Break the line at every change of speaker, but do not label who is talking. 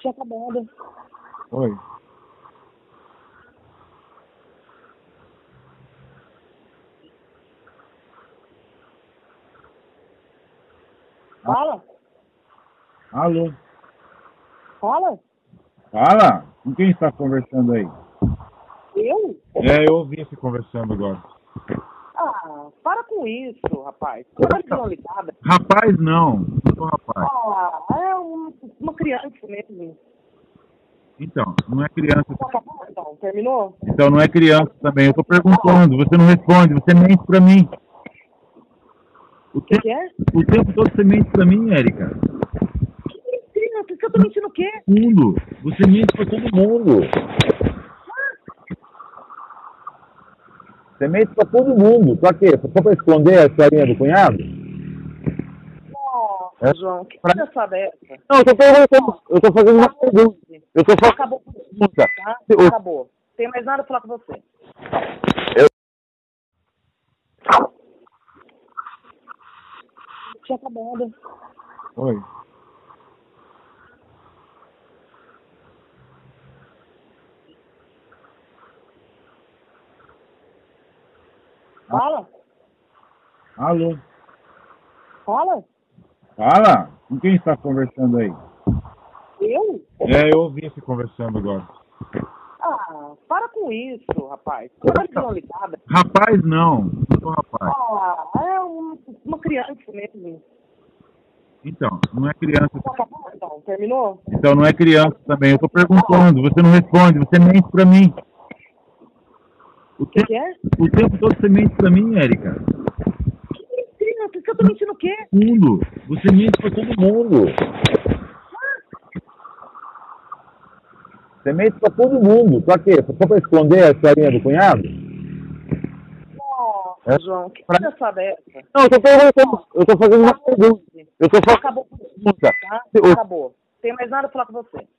tinha acabado.
Oi.
Fala,
Alô.
fala.
Fala. Com quem está conversando aí?
Eu?
É, eu ouvi você conversando agora.
Ah, para com isso, rapaz. tá
Então.
Para de dar uma ligada.
Rapaz, não. Não sou rapaz.
Ah, é um- uma criança mesmo.
Então, não é criança.
Acabou, então? Terminou?
Então, não é criança também. Eu tô perguntando, você não responde, você mente pra mim. O
O que,
tempo,
que é?
o tempo todo você mente pra mim, Érica.
Que mentira, que que eu tô tá mentindo o quê?
Mundo. Você mente pra todo mundo. Você mente pra todo mundo. Pra quê? Só pra esconder a historinha do cunhado?
Nossa,
É?
João, que
Pra-
palhaçada é essa?
Não, eu tô perguntando. Eu tô fazendo uma pergunta. Eu tô só...
Acabou por isso,
Puta.
tá?
Eu-
Acabou. Tem mais nada a falar com você.
Eu-
Tinha acabado.
Oi.
Fala,
Alô.
fala.
Fala. Com quem está conversando aí?
Eu?
É, eu ouvi você conversando agora.
Ah, para com isso, rapaz. Para
então?
de dar uma ligada.
Rapaz, não. Não sou rapaz.
Ah, é um- uma criança mesmo.
Então, não é criança.
Acabou, então? Terminou?
Então, não é criança também. Eu tô perguntando, você não responde, você mente pra mim. O
O que,
tempo,
que é?
o tempo todo você mente pra mim, Érica.
Que mentira, que que eu tô mentindo tá o quê?
É. Mundo. Você mente pra todo mundo. Você mente pra todo mundo. Pra quê? Só pra esconder a historinha do cunhado?
Nossa,
É?
João, que
Pra-
palhaçada é essa?
Não, eu tô perguntando. Eu tô fazendo uma pergunta. Eu tô só...
Acabou por isso,
Puta.
tá?
Eu-
Acabou. Tem mais nada a falar com você.